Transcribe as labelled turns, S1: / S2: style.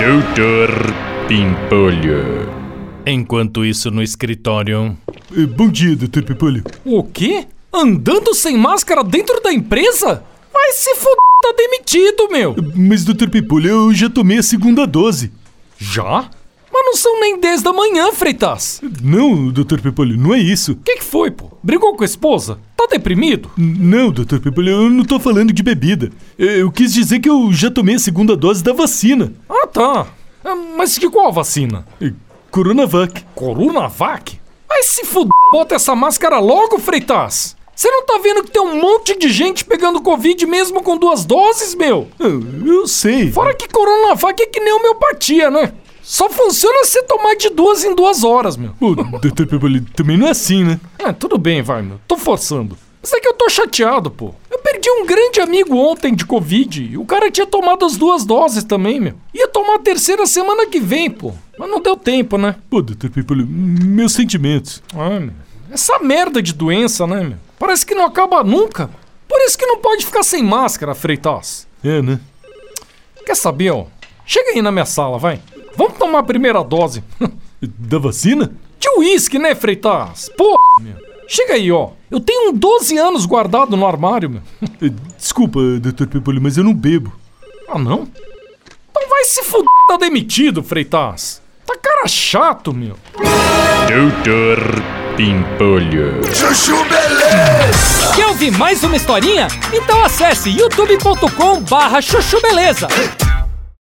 S1: Doutor Pimpolho.
S2: Enquanto isso, no escritório.
S3: É, Bom dia, Dr. Pimpolho.
S4: O quê? Andando sem máscara dentro da empresa? Vai se foder, tá demitido, meu!
S3: Mas, Dr. Pimpolho, eu já tomei a segunda dose.
S4: Já? Mas não são nem 10 da manhã, Freitas!
S3: Não, Dr. Pimpolho, não é isso.
S4: O que, que foi, pô? Brigou com a esposa? Tá deprimido?
S3: Não, Dr. Pimpolho, eu não tô falando de bebida. Eu quis dizer que eu já tomei a segunda dose da vacina. É,
S4: Ah, tá. Ah, Mas de qual vacina?
S3: Coronavac.
S4: Coronavac? Vai se fuder, bota essa máscara logo, Freitas! Você não tá vendo que tem um monte de gente pegando Covid mesmo com duas doses, meu?
S3: Eu eu sei.
S4: Fora que Coronavac é que nem homeopatia, né? Só funciona se você tomar de duas em duas horas, meu.
S3: Ô, Dr. Pimpolho, também não é assim, né?
S4: É, tudo bem, vai, meu. Tô forçando. Mas é que eu tô chateado, pô. Eu perdi um grande amigo ontem de Covid. E o cara tinha tomado as duas doses também, meu. Ia tomar a terceira semana que vem, pô. Mas não deu tempo, né?
S3: Pô, Dr. Pimpolho, meus sentimentos.
S4: Ai, meu. Essa merda de doença, né, meu? Parece que não acaba nunca. Por isso que não pode ficar sem máscara, Freitas.
S3: É, né?
S4: Quer saber, ó? Chega aí na minha sala, vai. Vamos tomar a primeira dose.
S3: Da vacina?
S4: De uísque, né, Freitas? Pô, meu. Chega aí, ó. Eu tenho um 12 anos guardado no armário, meu.
S3: Eh, Desculpa, Dr. Pimpolho, mas eu não bebo.
S4: Ah, não? Então vai se fuder, tá demitido, Freitas. Tá cara chato, meu.
S1: Doutor Pimpolho.
S5: Quer ouvir mais uma historinha? Então acesse youtube.com barra chuchu beleza.